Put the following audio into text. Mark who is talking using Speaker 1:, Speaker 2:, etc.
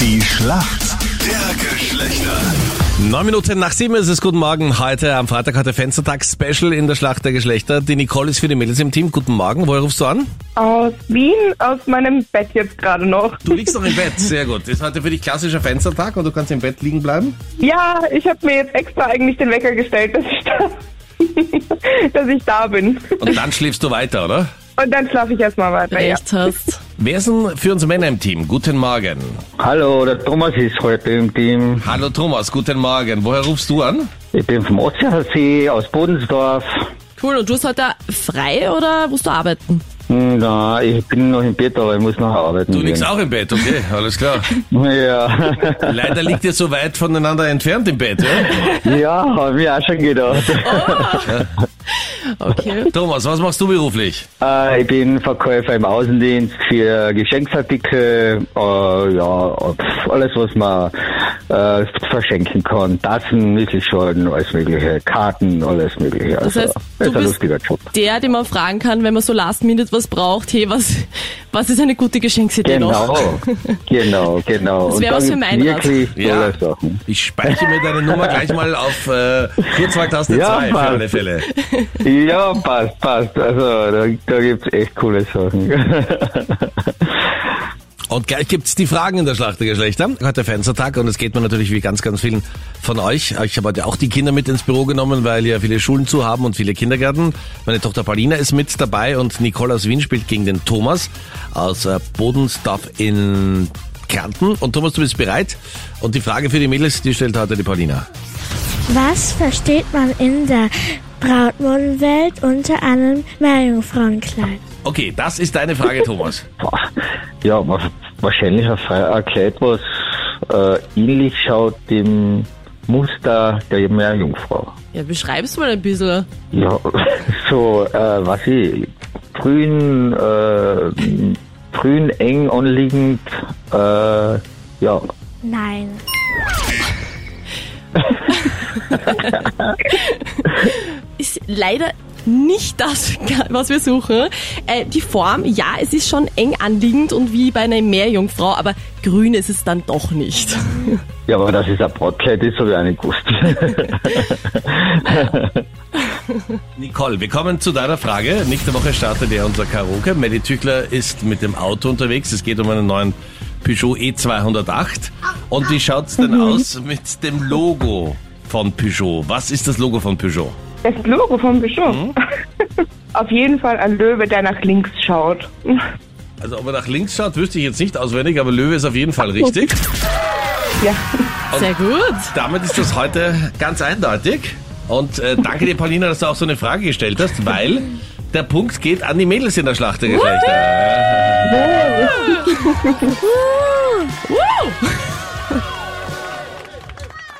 Speaker 1: Die Schlacht der Geschlechter.
Speaker 2: Neun Minuten nach sieben ist es. Guten Morgen. Heute am Freitag heute Fenstertag Special in der Schlacht der Geschlechter. Die Nicole ist für die Mädels im Team. Guten Morgen. Woher rufst du an?
Speaker 3: Aus Wien, aus meinem Bett jetzt gerade noch.
Speaker 2: Du liegst noch im Bett. Sehr gut. Ist heute für dich klassischer Fenstertag und du kannst im Bett liegen bleiben?
Speaker 3: Ja, ich habe mir jetzt extra eigentlich den Wecker gestellt, dass ich da, dass ich da bin.
Speaker 2: Und dann schläfst du weiter, oder?
Speaker 3: Und dann schlafe ich erstmal weiter. Ja.
Speaker 4: Recht hast.
Speaker 2: Wer ist denn für uns Männer im Team? Guten Morgen.
Speaker 5: Hallo, der Thomas ist heute im Team.
Speaker 2: Hallo Thomas. Guten Morgen. Woher rufst du an?
Speaker 5: Ich bin vom Ostseersee aus Bodensdorf.
Speaker 4: Cool, und du hast heute frei oder musst du arbeiten?
Speaker 5: Hm, Na, ich bin noch im Bett, aber ich muss noch arbeiten.
Speaker 2: Du liegst
Speaker 5: gehen.
Speaker 2: auch im Bett, okay. Alles klar.
Speaker 5: Ja,
Speaker 2: Leider liegt ihr so weit voneinander entfernt im Bett, ja?
Speaker 5: ja hab ich auch schon gedacht.
Speaker 4: Okay.
Speaker 2: Thomas, was machst du beruflich?
Speaker 5: Äh, ich bin Verkäufer im Außendienst für Geschenksartikel, äh, ja, pf, alles was man äh, verschenken kann. Tassen, Mittelschalen, alles mögliche, Karten, alles mögliche. Also,
Speaker 4: Das heißt,
Speaker 5: ist
Speaker 4: du
Speaker 5: ein
Speaker 4: bist
Speaker 5: lustiger Job.
Speaker 4: der, den man fragen kann, wenn man so last minute was braucht, hey, was, was ist eine gute Geschenksidee
Speaker 5: Genau,
Speaker 4: noch?
Speaker 5: genau, genau.
Speaker 4: Das
Speaker 5: Und
Speaker 4: wär
Speaker 5: da
Speaker 4: was für
Speaker 5: gibt's
Speaker 4: meinen Rat.
Speaker 5: wirklich
Speaker 2: Ja.
Speaker 5: tolle Sachen.
Speaker 2: Ich speichere mir deine Nummer gleich mal auf äh, Kurzwahltaste 2
Speaker 5: Ja,
Speaker 2: für
Speaker 5: Mann.
Speaker 2: alle Fälle.
Speaker 5: Ja, passt, passt. Also da, da gibt's echt coole Sachen.
Speaker 2: Und gleich gibt's die Fragen in der Schlacht der Geschlechter. Heute Fenstertag und es geht mir natürlich wie ganz, ganz vielen von euch. Ich habe heute auch die Kinder mit ins Büro genommen, weil ja viele Schulen zu haben und viele Kindergärten. Meine Tochter Paulina ist mit dabei und Nicole aus Wien spielt gegen den Thomas aus äh, Bodensdorf in Kärnten. Und Thomas, du bist bereit? Und die Frage für die Mädels, die stellt heute die Paulina.
Speaker 6: Was versteht man in der Brautmodenwelt unter einem Meerjungfrauenkleid?
Speaker 2: Okay, das ist deine Frage, Thomas.
Speaker 5: Boah. ja, wa- wahrscheinlich ein Fre- ein Kleid, was äh, ähnlich schaut dem Muster der Meerjungfrau.
Speaker 4: Ja, beschreib's mal ein bisschen.
Speaker 5: Ja, so, äh, was ich, grün, äh, grün eng anliegend, äh, ja.
Speaker 6: Nein.
Speaker 4: Ist leider nicht das, was wir suchen. Äh, die Form, ja, es ist schon eng anliegend und wie bei einer Meerjungfrau, aber grün ist es dann doch nicht.
Speaker 5: Ja, aber dass es ein Brautkleid ist, habe ich auch nicht gewusst.
Speaker 2: Nicole, wir kommen zu deiner Frage. Nächste Woche startet ja unser Karaoke. Melly Tüchler ist mit dem Auto unterwegs. Es geht um einen neuen Peugeot E208. Und wie schaut's denn aus mit dem Logo von Peugeot? Was ist das Logo von Peugeot?
Speaker 3: Das Logo vom Bischof. Auf jeden Fall ein Löwe, der nach links schaut.
Speaker 2: Also ob er nach links schaut, wüsste ich jetzt nicht auswendig, aber Löwe ist auf jeden Fall richtig.
Speaker 3: Ja.
Speaker 4: Sehr gut.
Speaker 2: Damit ist das heute ganz eindeutig. Und äh, danke dir, Paulina, dass du auch so eine Frage gestellt hast, weil der Punkt geht an die Mädels in der Schlacht der Geschlechter.